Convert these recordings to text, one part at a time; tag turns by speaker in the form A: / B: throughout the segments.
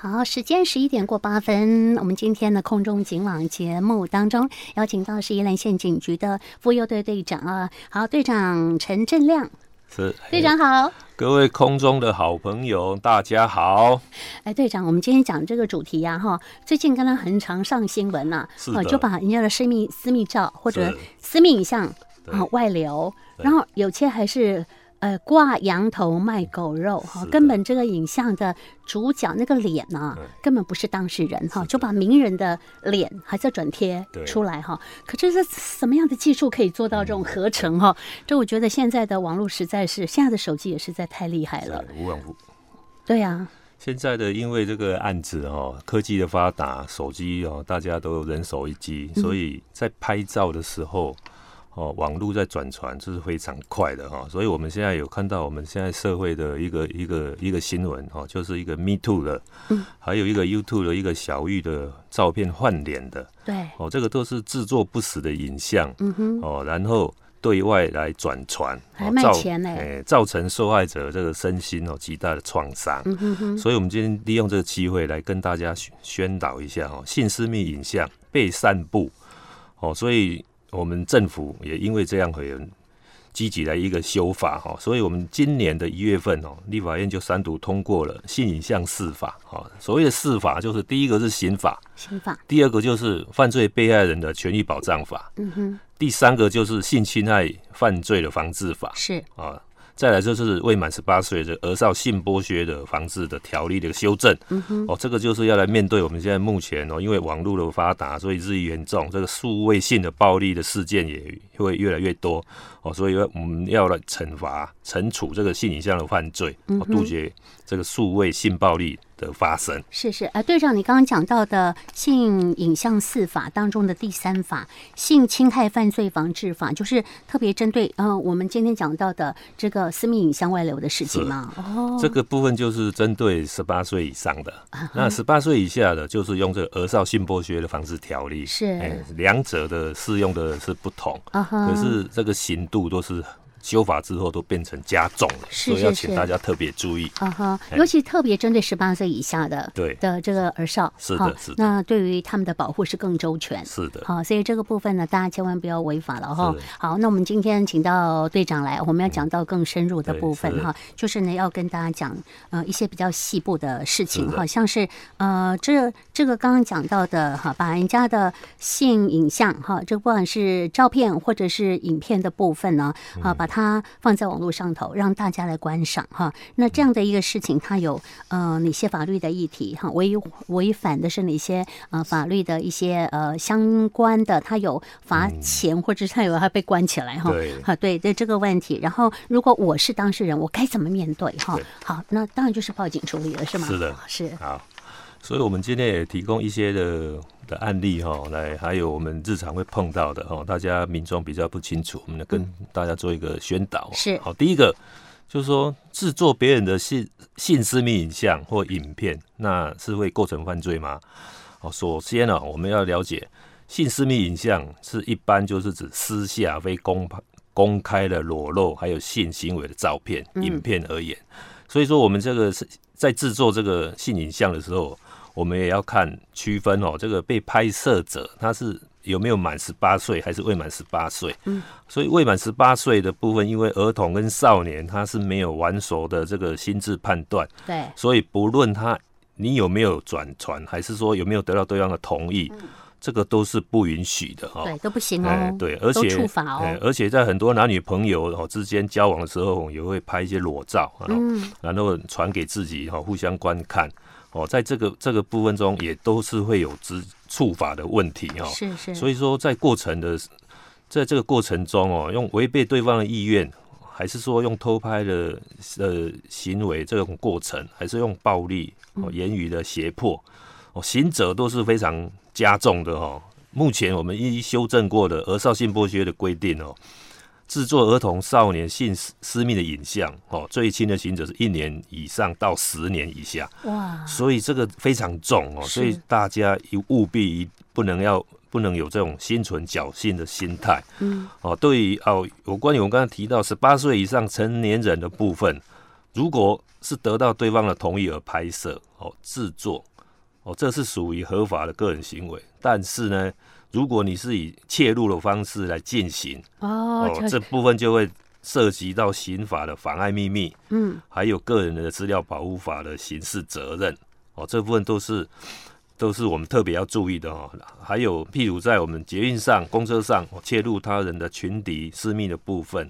A: 好，时间十一点过八分，我们今天的空中警网节目当中邀请到是宜兰县警局的妇幼队队长啊，好，队长陈振亮，
B: 是哎
A: 队长好。
B: 各位空中的好朋友，大家好。
A: 哎，队长，我们今天讲这个主题呀，哈，最近刚刚很常上新闻呐、
B: 是
A: 哦
B: 的，
A: 就把人家的私密私密照或者
B: 是
A: 私密影像
B: 对
A: 啊、外流，
B: 对
A: 然后有些还是呃挂羊头卖狗肉哈、
B: 是的
A: 根本这个影像的主角那个脸呐、
B: 对
A: 根本不是当事人哈、
B: 是的
A: 就把名人的脸还在转贴
B: 对嗯
A: 出来哈、可这是什么样的技术可以做到这种合成哈、这我觉得现在的网络实在是，现在的手机也实在太厉害了
B: 是，无往不
A: 对啊呀、
B: 现在的因为这个案子哦，科技的发达，手机哦，大家都人手一机，所以在拍照的时候，哦，网络在转传这是非常快的哈、哦。所以我们现在有看到我们现在社会的一个一个一个新闻哦，就是一个 Me Too 的，还有一个 YouTube 的一个小玉的照片换脸的，
A: 对，
B: 哦，这个都是制作不实的影像，
A: 嗯哼，
B: 哦，然后对外来转传，
A: 还
B: 哦
A: 卖
B: 造
A: 钱呢
B: 哎造成受害者这个身心哦极大的创伤。
A: 嗯哼哼，
B: 所以，我们今天利用这个机会来跟大家宣宣导一下哦，性私密影像被散布哦，所以我们政府也因为这样很积极来一个修法哈、哦，所以我们今年的一月份哦，立法院就三读通过了性影像释法哦。所谓的释法，就是第一个是刑法，
A: 刑法，
B: 第二个就是犯罪被害人的权益保障法，
A: 嗯哼，
B: 第三个就是性侵害犯罪的防治法
A: 是，
B: 啊，再来就是未满十八岁的儿少性剥削的防治的条例的修正。
A: 嗯哼，
B: 哦，这个就是要来面对我们现在目前哦，因为网络的发达，所以日益严重，这个数位性的暴力的事件也会越来越多哦，所以要我们要来惩罚、惩处这个性影像的犯罪，
A: 嗯
B: 哦、杜绝这个数位性暴力的发生。
A: 是是，啊，队长，你刚刚讲到的性影像四法当中的第三法《性侵害犯罪防治法》，就是特别针对呃我们今天讲到的这个私密影像外流的事情嘛。哦，啊
B: 这个部分就是针对十八岁以上的，那十八岁以下的，就是用这个《儿少性剥削的防治条例》
A: 是
B: 哎两者的适用的是不同，
A: 啊哈
B: 可，是这个刑度都是修法之后都变成加重了，
A: 是
B: 所以要
A: 是
B: 请
A: 是
B: 大家特别注意。
A: 啊哈，
B: 哎
A: 尤其特别针对十八岁以下的
B: 对
A: 的这个儿少，
B: 是的
A: 好
B: 是的
A: 那对于他们的保护是更周全。
B: 是的，
A: 好，所以这个部分呢，大家千万不要违法了哈
B: 是。嗯
A: 好，那我们今天请到队长来，我们要讲到更深入的
B: 对
A: 部分
B: 是
A: 哈，就是呢要跟大家讲呃一些比较细部的事情
B: 是的
A: 哈，像是呃这这个刚刚讲到的哈，把人家的性影像哈，这不管是照片或者是影片的部分呢，啊，
B: 嗯
A: 把它放在网络上头，让大家来观赏哈。那这样的一个事情，它有呃哪些法律的议题哈？违违反的是哪些呃法律的一些呃相关的？它有罚
B: 嗯
A: 钱，或者是它有它被关起来哈。
B: 对
A: 啊，对对这个问题。然后，如果我是当事人，我该怎么面对哈
B: 对？
A: 好，那当然就是报警处理了，是吗？哦
B: 是的
A: 是
B: 好，所以我们今天也提供一些的的案例哈、来还有我们日常会碰到的哈、大家民众比较不清楚，我们来跟大家做一个宣导。
A: 是
B: 好，第一个就是说制作别人的性性私密影像或影片，那是会构成犯罪吗？哦，首先呢、我们要了解性私密影像是一般就是指私下非公公开的裸露还有性行为的照片、影片而言。所以说，我们这个是在制作这个性影像的时候，我们也要看区分哦，这个被拍摄者他是有没有满十八岁，还是未满十八岁。嗯，所以未满十八岁的部分，因为儿童跟少年他是没有完熟的这个心智判断，
A: 对，
B: 所以不论他你有没有转传，还是说有没有得到对方的同意，这个都是不允许的哈、哦。
A: 对都不行
B: 哎
A: 哦，，
B: 对，而且
A: 都触法哦
B: 哎而且在很多男女朋友哦之间交往的时候，也会拍一些裸照，然后、
A: 嗯
B: 然后传给自己哈、哦，互相观看哦，在这个这个部分中，也都是会有之触法的问题哦。
A: 是是，
B: 所以说，在过程的在这个过程中哦，用违背对方的意愿，还是说用偷拍的呃行为这种过程，还是用暴力、哦、言语的胁迫，哦，行者都是非常加重的哦。目前我们一一修正过的《儿少性剥削》的规定哦，制作儿童、少年性私私密的影像哦，最轻的刑者是一年以上到十年以下。
A: 哇，
B: 所以这个非常重哦，
A: 是
B: 所以大家一务必一不能要不能有这种心存侥幸的心态。嗯，哦，对于哦，有关于我刚才提到十八岁以上成年人的部分，如果是得到对方的同意而拍摄哦制作哦，这是属于合法的个人行为。但是呢，如果你是以窃入的方式来进行
A: 哦
B: 哦，，这部分就会涉及到刑法的妨碍秘密，
A: 嗯
B: 还有个人的资料保护法的刑事责任哦，这部分都是都是我们特别要注意的哦。还有，譬如在我们捷运上、公车上、哦、窃入他人的群敌私密的部分，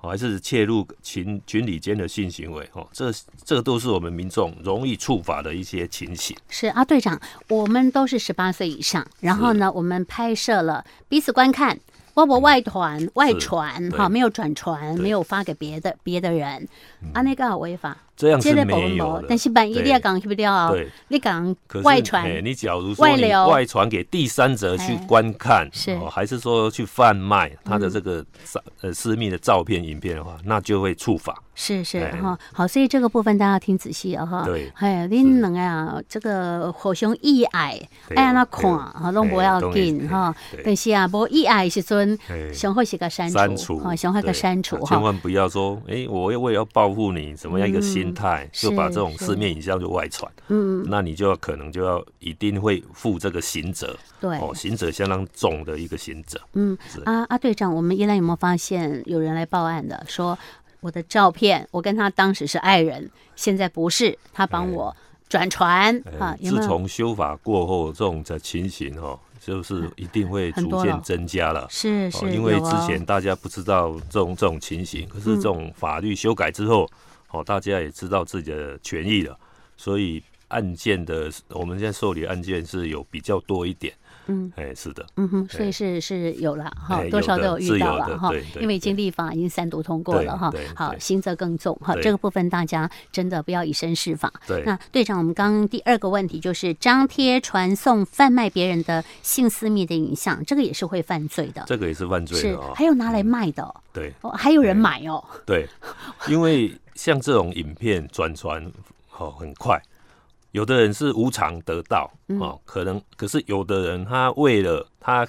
B: 哦、还是窃入群群体间的性行为哦，这这都是我们民众容易触法的一些情形。
A: 是啊，队长，我们都是十八岁以上，然后呢，我们拍摄了彼此观看。我我外团外传哈，
B: 嗯对
A: 没有转传，
B: 对
A: 没有发给别的别的人，啊，那个违法。
B: 这样是
A: 个
B: 没有的，
A: 但是万一
B: 对
A: 你要讲去不掉哦
B: 对，
A: 你讲
B: 可是
A: 外传
B: 嘿你假如
A: 外
B: 说你
A: 流
B: 外传给第三者去
A: 哎
B: 观看，哦
A: 是嗯
B: 还是说去贩卖他的这个照呃私密的照片、影片的话，那就会触法。
A: 是是
B: 哎
A: 哈，好，所以这个部分大家要听仔细哦哈。
B: 对
A: 哎，恁两个啊，这个互相意爱，
B: 对哦
A: 爱安怎看
B: 对哦
A: 哈，拢不
B: 哎
A: 要
B: 当然
A: 紧
B: 是
A: 哈
B: 对。
A: 但是啊，无意爱的时阵，
B: 哎
A: 上好是个删
B: 删
A: 除
B: 除
A: 哈，上好个
B: 对啊
A: 删除
B: 千
A: 哈。
B: 万不要说，哎、我要为了要报复你，怎么样一个心态，就把
A: 是
B: 这种
A: 嗯是
B: 私密影像就外传，
A: 嗯，
B: 那你就要可能就要一定会负这个刑责，
A: 对
B: 哦，刑责相当重的一个刑责。
A: 嗯
B: 是
A: 啊啊，队长，我们依然有没有发现有人来报案的，说我的照片，我跟他当时是爱人，现在不是，他帮
B: 哎
A: 我转传
B: 呃
A: 啊，有
B: 自
A: 没有？
B: 从修法过后，这种的情形哦，就是一定会
A: 很多
B: 逐
A: 了
B: 渐增加了。
A: 是
B: 哦，
A: 是，
B: 因为
A: 有嗯
B: 之
A: 哦
B: 前大家不知道这种这种情形，可是这种法律修改之后，哦，大家也知道自己的权益了，所以案件的我们现在受理案件是有比较多一点。
A: 嗯，
B: 哎，是的，
A: 嗯哼，所以
B: 哎
A: 是是有了哈
B: 哎，有
A: 多少都
B: 的
A: 有遇
B: 是
A: 到
B: 有
A: 了
B: 的
A: 哈
B: 对，对
A: 因为已经立法已经三读通过
B: 对
A: 了哈
B: 对，
A: 好，
B: 对
A: 刑责更重哈，
B: 对
A: 这个部分大家真的不要以身试法。
B: 对，
A: 那队长，我们刚刚第二个问题就是张贴、传送、贩卖别人的性私密的影像，这个也是会犯罪的，
B: 这个也是犯罪
A: 是
B: 的哦
A: 还。有拿来卖的哦，
B: 对
A: 哦还有人买哦，
B: 对，因为像这种影片转传，哦，很快。有的人是无偿得到
A: 嗯
B: 哦，可能可是有的人他为了他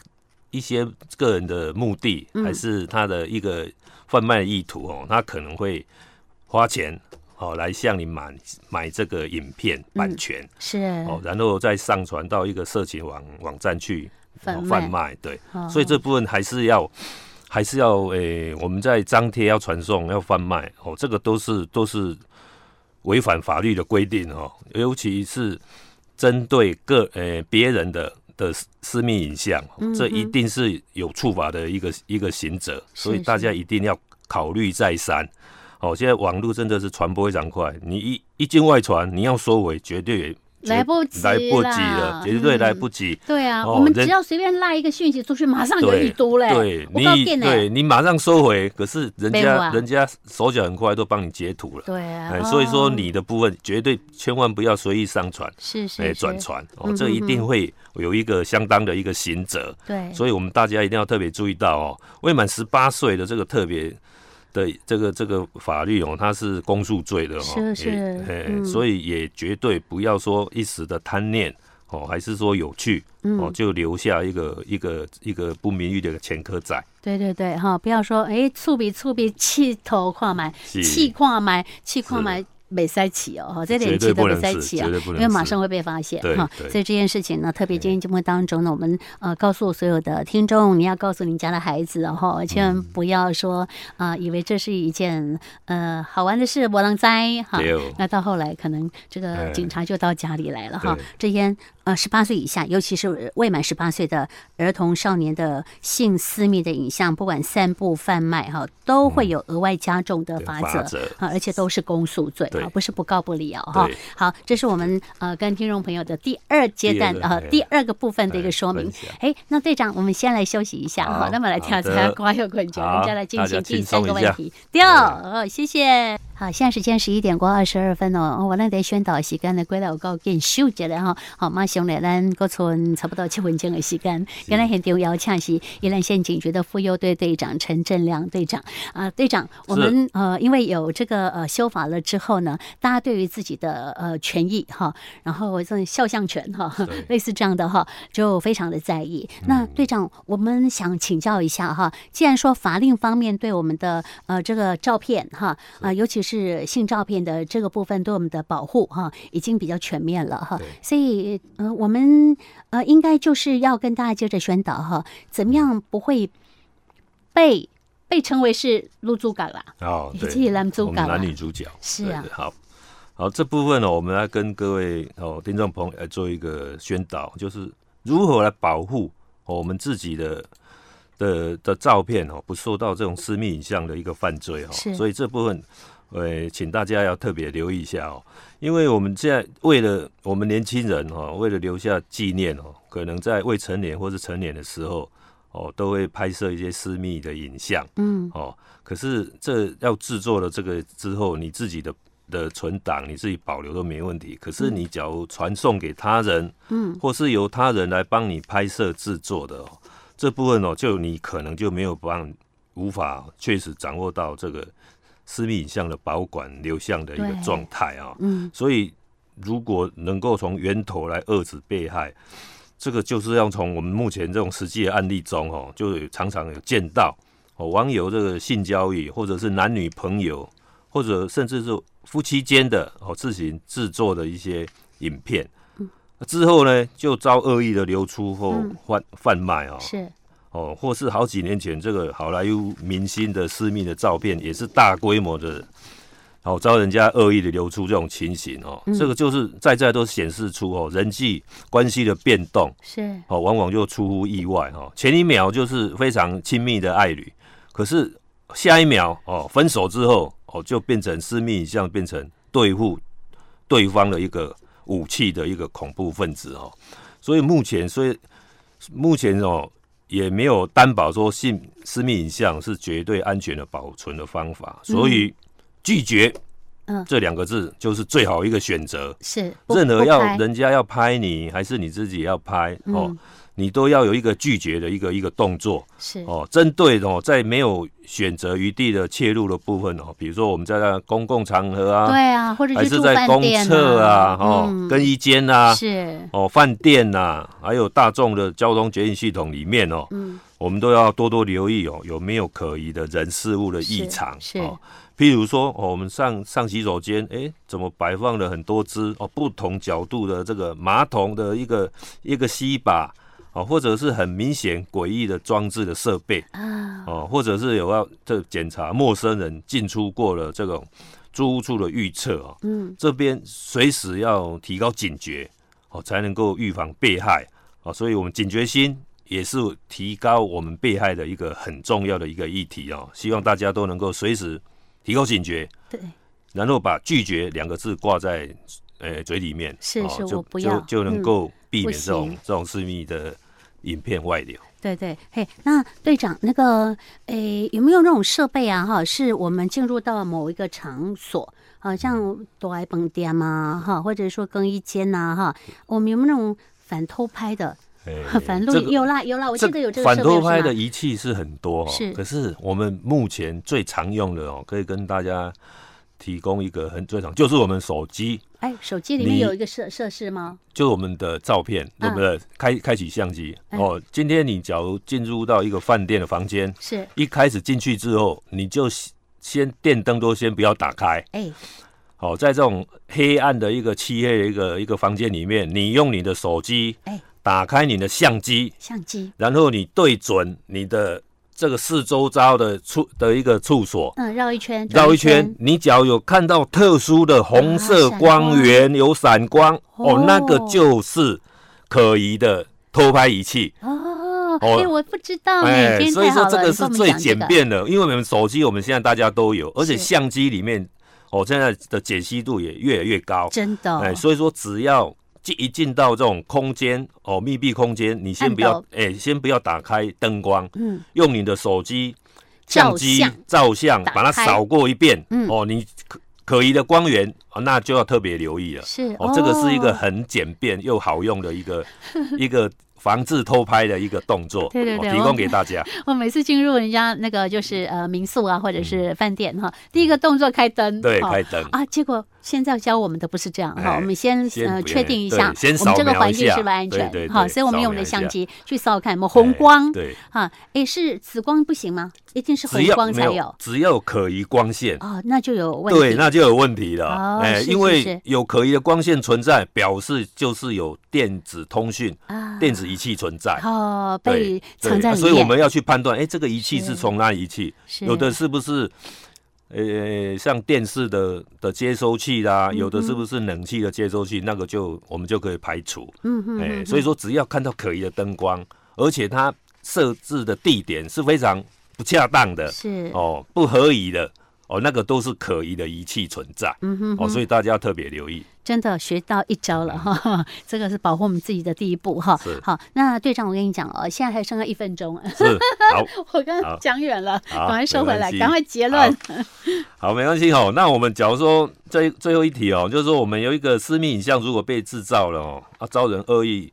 B: 一些个人的目的，
A: 嗯
B: 还是他的一个贩卖的意图哦，他可能会花钱哦来向你买买这个影片
A: 嗯
B: 版权、
A: 是
B: 哦，然后再上传到一个色情网网站去
A: 贩
B: 哦
A: 卖
B: 贩卖，对，
A: 哦
B: 所以这部分还是要还是要诶、我们在张贴、要传送、要贩卖哦，这个都是都是违反法律的规定哦，尤其是针对个诶别、人的。的私私密影像，哦
A: 嗯
B: 这一定是有处罚的一个一个刑责，所以
A: 是
B: 大家一定要考虑再三。哦，现在网络真的是传播非常快，你一一经外传，你要收尾绝对也绝
A: 来不及
B: 来不及
A: 啦
B: 了，绝对
A: 嗯
B: 来不及。
A: 对啊，
B: 哦
A: 我们只
B: 人
A: 要随便赖一个讯息出去，马上有
B: 对
A: 一读嘞，
B: 对
A: 我告诉
B: 你，
A: 你
B: 对
A: 嘞，
B: 你马上收回，可是人
A: 没有啊
B: 家人家手脚很快都帮你截图了，
A: 对啊
B: 哎，，所以说
A: 哦
B: 你的部分绝对千万不要随意上传，
A: 是是
B: 哎，
A: 是
B: 转传
A: 嗯
B: 哦
A: 哼，
B: 这一定会有一个相当的一个刑责，
A: 对，
B: 所以我们大家一定要特别注意到哦，未满十八岁的这个特别。的这个这个法律哦，它是公诉罪的哦，
A: 是
B: 也
A: 是
B: 哎
A: 嗯
B: 所以也绝对不要说一时的贪念哦，还是说有趣
A: 嗯
B: 哦，就留下一个一个一个不名誉的前科在。
A: 对对对，哈，不要说哎，触笔触笔，气头跨买，
B: 是
A: 气跨买，气跨买。没塞起哦，哈这点
B: 绝
A: 气
B: 对
A: 都
B: 不
A: 没
B: 能
A: 塞
B: 吃，
A: 起啊
B: 绝，对不
A: 因
B: 能吃，
A: 为马上会被发现
B: 对
A: 哈。
B: 对
A: 所以这件事情呢，特别今天节目当中呢，我们呃告诉所有的听众，你要告诉你家的孩子哦哈，千
B: 嗯
A: 万不要说啊、以为这是一件呃好玩的事，我能栽哈
B: 对哦。
A: 那到后来可能这个
B: 哎
A: 警察就到家里来了哈
B: 对。
A: 这些呃十八岁以下，尤其是未满十八岁的儿童少年的性私密的影像，不管散布、贩卖哈，都会有额外加重的
B: 嗯对
A: 罚则
B: 罚则
A: 啊，而且都是公诉罪
B: 对
A: 啊，不是不告不了哈
B: 对。
A: 好，这是我们呃跟听众朋友的第二阶段
B: 第二个
A: 啊，
B: 哎
A: 第二个部分的一个说明
B: 分。享
A: 哎，那队长，我们先来休息一下
B: 好
A: 哈，那么来跳
B: 好 的
A: 下瓜有滚球，我们
B: 好
A: 再来进
B: 大家
A: 行第
B: 轻
A: 三
B: 松
A: 个
B: 一
A: 问
B: 下
A: 题。第二，哦，谢谢。好，现在时间十一点过二十二分哦，哦我那得宣导时间呢，过来有够紧秀一下哈。好，马上来咱搁剩差不多七分钟的时间，今咱现场邀请是宜兰县警局的妇幼队队长陈振良队长啊，队长，我
B: 是
A: 们呃，因为有这个呃修法了之后呢，大家对于自己的呃权益哈，然后这种肖像权哈
B: 对，
A: 类似这样的哈，就非常的在意。
B: 嗯
A: 那队长，我们想请教一下哈，既然说法令方面对我们的呃这个照片哈啊、尤其是性照片的这个部分对我们的保护哈、已经比较全面了哈
B: 对。
A: 所以呃，我们呃应该就是要跟大家接着宣导哈，怎么样不会被被称为是露珠感啦？
B: 哦，
A: 也
B: 对，
A: 是男主角
B: 我们
A: 啊
B: 男女主角
A: 是
B: 对
A: 啊
B: 的好，好这部分呢、我们来跟各位哦听众朋友来做一个宣导，就是如何来保护哦我们自己的的的照片哦，不受到这种私密影像的一个犯罪哦
A: 是，
B: 所以这部分。呃，请大家要特别留意一下哦，因为我们现在为了我们年轻人哦，为了留下纪念哦，可能在未成年或是成年的时候哦，都会拍摄一些私密的影像。
A: 嗯，
B: 哦，可是这要制作了这个之后，你自己的的存档你自己保留都没问题。可
A: 嗯
B: 是你假如传送给他人，嗯，或是由他人来帮你拍摄制作的、哦，这部分哦，就你可能就没有办无法确实掌握到这个私密影像的保管流向的一个
A: 对
B: 状态啊、
A: 嗯，
B: 所以如果能够从源头来遏制被害，这个就是要从我们目前这种实际的案例中哦，就有常常有见到哦，网友这个性交易，或者是男女朋友，或者甚至是夫妻间的哦自行制作的一些影片。之后呢，就遭恶意的流出或
A: 嗯
B: 贩贩卖哦，
A: 是
B: 哦，或是好几年前这个好莱坞明星的私密的照片，也是大规模的，哦，遭人家恶意的流出这种情形哦，
A: 嗯
B: 这个就是在在都显示出哦人际关系的变动
A: 是，
B: 哦，往往就出乎意外哦，前一秒就是非常亲密的爱侣，可是下一秒哦分手之后哦就变成私密影像变成对付对方的一个武器的一个恐怖分子哦，所以目前所以目前哦也没有担保说性私密影像是绝对安全的保存的方法，所以拒绝
A: 嗯
B: 这两个字就是最好一个选择。
A: 是不
B: 任何
A: 不
B: 要
A: 拍
B: 人家要拍你，还是你自己要拍哦
A: 嗯，
B: 你都要有一个拒绝的一个一个动作
A: 是
B: 哦。针对哦，在没有选择余地的切入的部分哦，比如说我们在那公共场合啊，
A: 对啊，或者
B: 还
A: 是
B: 是
A: 住
B: 在
A: 饭
B: 公
A: 店
B: 厕啊，哦
A: 嗯，
B: 更衣间啊，
A: 是
B: 哦，饭店呐、还有大众的交通捷运系统里面哦，
A: 嗯
B: 我们都要多多留意哦，有没有可疑的人事物的异常
A: 是是
B: 哦。譬如说，哦，我们上上洗手间，诶，怎么摆放了很多只哦不同角度的这个马桶的一个一个吸把哦，或者是很明显诡异的装置的设备
A: 啊，
B: 哦，或者是有要这检查陌生人进出过了这种租屋处的预测哦，
A: 嗯
B: 这边随时要提高警觉哦，才能够预防被害哦。所以，我们警觉心也是提高我们被害的一个很重要的一个议题哦。希望大家都能够随时提高警觉，
A: 对，
B: 然后把“拒绝”两个字挂在呃嘴里面，
A: 是是
B: 哦、
A: 我
B: 就
A: 不要
B: 就就能
A: 嗯
B: 够避
A: 不
B: 免这种、
A: 行
B: 这种私密的影片外流。
A: 对对，嘿，那队长，那个，诶，有没有那种设备啊？哈，是我们进入到某一个场所，好、像多爱蹦店嘛，哈，或者说更衣间呐、哈，我们有没有那种反偷拍的、
B: 哎
A: 反录
B: 这
A: 影？
B: 个
A: 有啦有啦，我记得有这个
B: 反
A: 设备
B: 偷
A: 是
B: 拍
A: 吗？
B: 的仪器是很多哦，
A: 是
B: 可是我们目前最常用的哦，可以跟大家提供一个很最常，就是我们手机，
A: 哎，手机里面
B: 你
A: 有一个设设施吗？
B: 就是我们的照片，
A: 嗯
B: 我们的开开启相机
A: 嗯
B: 哦。今天你假如进入到一个饭店的房间，
A: 是，
B: 一开始进去之后，你就先先电灯都先不要打开，
A: 哎，
B: 好、在这种黑暗的一个漆黑的一个一个房间里面，你用你的手机
A: 哎
B: 打开你的相机，
A: 相机，
B: 然后你对准你的这个四周遭的处的一个处所，
A: 嗯，绕一圈，
B: 绕一圈，，你只要有看到特殊的红色
A: 啊
B: 光源、有闪光，
A: 哦
B: 哦，那个就是可疑的偷拍仪器。
A: 哦，
B: 哦
A: 哎，我不知道哎，今天
B: 所以
A: 太
B: 说
A: 好
B: 这
A: 了，
B: 个
A: 你跟
B: 是
A: 我们
B: 最
A: 讲这
B: 简
A: 个，
B: 便的，因为我们手机我们现在大家都有，而且
A: 是
B: 相机里面哦，现在的解析度也越来越高。
A: 真的哦，
B: 哎，所以说只要进一进到这种空间哦，密闭空间，你先不要
A: 按
B: 哎，先不要打开灯光，
A: 嗯，
B: 用你的手机
A: 照
B: 相机
A: 相
B: 照相，
A: 打
B: 把它
A: 开
B: 扫过一遍。
A: 嗯
B: 哦，你可可疑的光源啊，那就要特别留意了。哦
A: 是
B: 哦，这个是一个很简便又好用的一个一个防治偷拍的一个动作，
A: 对对对哦
B: 我提供给大家。
A: 我每次进入人家那个就是呃民宿啊，或者是饭店哈、第一个动作开灯，
B: 嗯对，
A: 哦
B: 开灯。
A: 啊，结果现在教我们的不是这样哈，
B: 哎
A: 我们先
B: 先
A: 呃
B: 不
A: 确
B: 要
A: 定一
B: 对
A: 下
B: 先
A: 我们这
B: 扫
A: 个
B: 描
A: 环
B: 一
A: 境是
B: 下
A: 不是安
B: 对
A: 全
B: 对，
A: 好，
B: 对
A: 所以我们
B: 扫
A: 用我们的
B: 描一
A: 相
B: 下哎
A: 机去扫看有没有红光
B: 对，
A: 啊，诶，是紫光不行吗？一定是红
B: 只要
A: 光
B: 没
A: 才
B: 有，只要有可疑光线，
A: 哦，那就有问题，
B: 对，那就有问题了哎
A: 哦。是是
B: 因
A: 是
B: 为有可疑的光线存在，表示就是有电子通讯、
A: 啊，
B: 电子仪器存在。
A: 哦
B: 对
A: 被藏
B: 对
A: 在里
B: 啊
A: 面，
B: 所以我们要去判断，哎，这个仪器
A: 是
B: 是从哪里仪器？
A: 是
B: 有的是不是？呃，像电视的的接收器啦，
A: 嗯
B: 有的是
A: 哼
B: 不是冷气的接收器？那个就我们就可以排除。
A: 嗯嗯，
B: 哎、
A: 嗯
B: 所以
A: 嗯
B: 说只要看到可疑的灯光，而且它设置的地点是非常不恰当的
A: 是
B: 哦，不合宜的哦，那个都是可疑的仪器存在
A: 嗯哼
B: 哦，
A: 哼
B: 所以大家要特别留意。
A: 真的学到一招了哈， 这个是保护我们自己的第一步哈
B: 嗯是。
A: 好，那队长，我跟你讲哦，现在还剩下一分钟，
B: 是，好，
A: 我刚刚
B: 好
A: 讲远了，
B: 好
A: 赶快收回
B: 没
A: 来
B: 关，系
A: 赶快结论。
B: 好，没关系哦。那我们假如说最最后一题哦，就是说我们有一个私密影像如果被制造了哦，啊，遭人恶意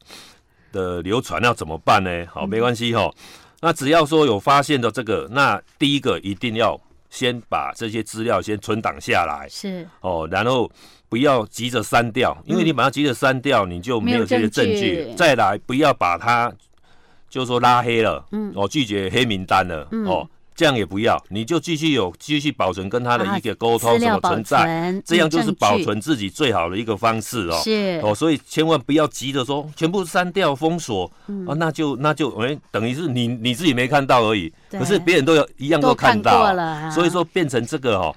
B: 的流传，要怎么办呢？
A: 嗯
B: 好，没关系哦。那只要说有发现的这个，那第一个一定要先把这些资料先存档下来。
A: 是
B: 哦，然后不要急着删掉，因为你把它急着删掉，你就没
A: 没有
B: 有这些
A: 证
B: 证
A: 据
B: 据。再来，不要把它就说拉黑了，
A: 嗯
B: 哦，拒绝黑名单了，
A: 嗯
B: 哦，这样也不要，你就继续有继续保存跟他的一个沟
A: 资
B: 通什
A: 料
B: 么
A: 保
B: 存在，
A: 存，嗯
B: 这样就是
A: 证据
B: 保存自己最好的一个方式哦。
A: 是
B: 哦，所以千万不要急着说全部删掉封锁、
A: 嗯
B: 啊，那就那就哎、等于是你你自己没看到而已，
A: 对
B: 可是别人都有一样都
A: 都
B: 看到
A: 过
B: 啊
A: 了啊，
B: 所以说变成这个哦，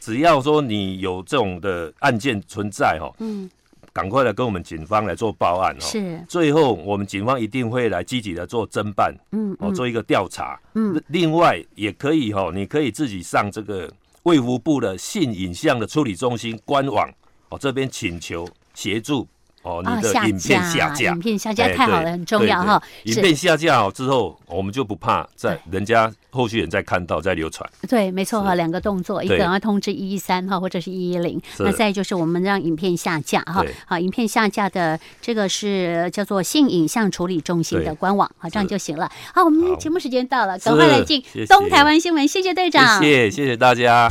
B: 只要说你有这种的案件存在哦，
A: 嗯
B: 赶快来跟我们警方来做报案哦。
A: 是
B: 最后，我们警方一定会来积极的做侦办
A: 嗯
B: 哦，
A: 嗯
B: 做一个调查。
A: 嗯，
B: 另外也可以哦，你可以自己上这个卫福部的性影像的处理中心官网哦，这边请求协助哦，
A: 啊
B: 你的影片下架
A: 影。片下架太
B: 哎对
A: 好了，很重要
B: 对对
A: 哈。
B: 影
A: 是
B: 片下架好之后，我们就不怕在人家后续人再看到再流传。
A: 对，没错哈，
B: 是
A: 两个动作，一个
B: 对
A: 要通知一一三哈，或者是一一零，
B: 是
A: 那再就是我们让影片下架哈
B: 对，
A: 好，影片下架的这个是叫做性影像处理中心的
B: 对
A: 官网，好，这样
B: 是
A: 就行了。好，我们
B: 好
A: 节目时间到了，赶快来进
B: 是谢谢
A: 东台湾新闻，谢谢队长，
B: 谢谢谢谢大家。